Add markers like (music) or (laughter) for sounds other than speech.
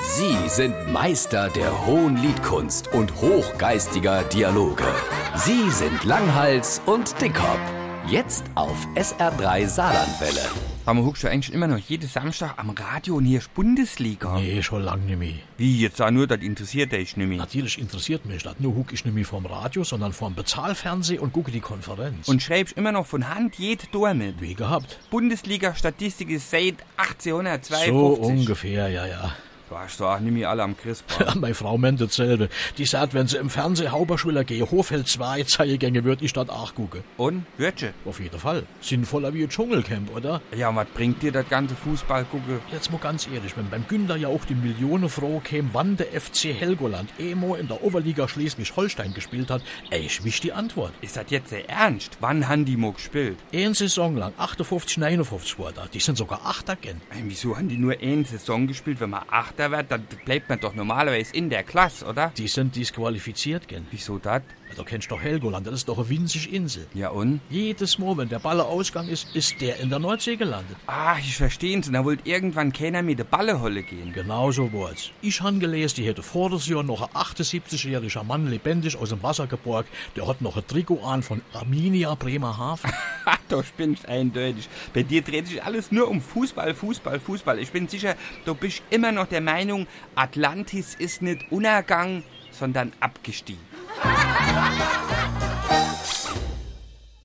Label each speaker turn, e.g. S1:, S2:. S1: Sie sind Meister der hohen Liedkunst und hochgeistiger Dialoge. Sie sind Langhals und Dickhop. Jetzt auf SR3 Saarlandwelle.
S2: Sag mal, guckst du eigentlich immer noch jeden Samstag am Radio und hier ist Bundesliga?
S3: Nee, schon lange nicht mehr.
S2: Wie, jetzt sag nur, das interessiert dich nicht mehr.
S3: Natürlich interessiert mich das. Nur gucke ich nicht mehr vom Radio, sondern vom Bezahlfernsehen und gucke die Konferenz.
S2: Und schreibst immer noch von Hand jed Tor mit.
S3: wie gehabt.
S2: Bundesliga-Statistik ist seit 1852.
S3: So ungefähr, ja, ja. (laughs)
S2: Du hast doch auch nicht mehr alle am Christbaum.
S3: Meine Frau meint dasselbe. Die sagt, wenn sie im Fernsehen Hauberschwiller gehe, Hofeld 2 Zeilgänge wird, ich statt auch gucke.
S2: Und, Würtsche,
S3: Auf jeden Fall. Sinnvoller wie ein Dschungelcamp, oder?
S2: ja, und was bringt dir das ganze Fußball gucke?
S3: Jetzt mal ganz ehrlich, wenn beim Günther ja auch die Millionen froh käme, wann der FC Helgoland Emo in der Oberliga Schleswig-Holstein gespielt hat, ey, ich wisch die Antwort.
S2: Ist das jetzt der Ernst? Wann haben die Muck gespielt?
S3: Eine Saison lang, 58, 59 war da. Die sind sogar Achter gen.
S2: Ey, Äh, Wieso haben die nur eine Saison gespielt? Wenn man Achter wird, dann bleibt man doch normalerweise in der Klasse, oder?
S3: Die sind disqualifiziert gen.
S2: Wieso das?
S3: Ja, Du kennst doch Helgoland, das ist doch eine winzige Insel.
S2: Ja und?
S3: Jedes Mal, wenn der Baller Ausgang ist, ist der in der Nordsee gelandet.
S2: Ach, Ah, ich versteh's. Und da wollte irgendwann keiner mit der Balle holle gehen.
S3: Genauso war's. Ich han gelesen, die hätte vor das Jahr noch ein 78-jähriger Mann lebendig aus dem Wasser geborgt. Der hat noch ein Trikot an von Arminia Bremerhaven.
S2: Ha, (laughs) da spinnst eindeutig. Bei dir dreht sich alles nur um Fußball, Fußball, Fußball. Ich bin sicher, du bist immer noch der Meinung, Atlantis ist nicht Unergang, sondern abgestiegen.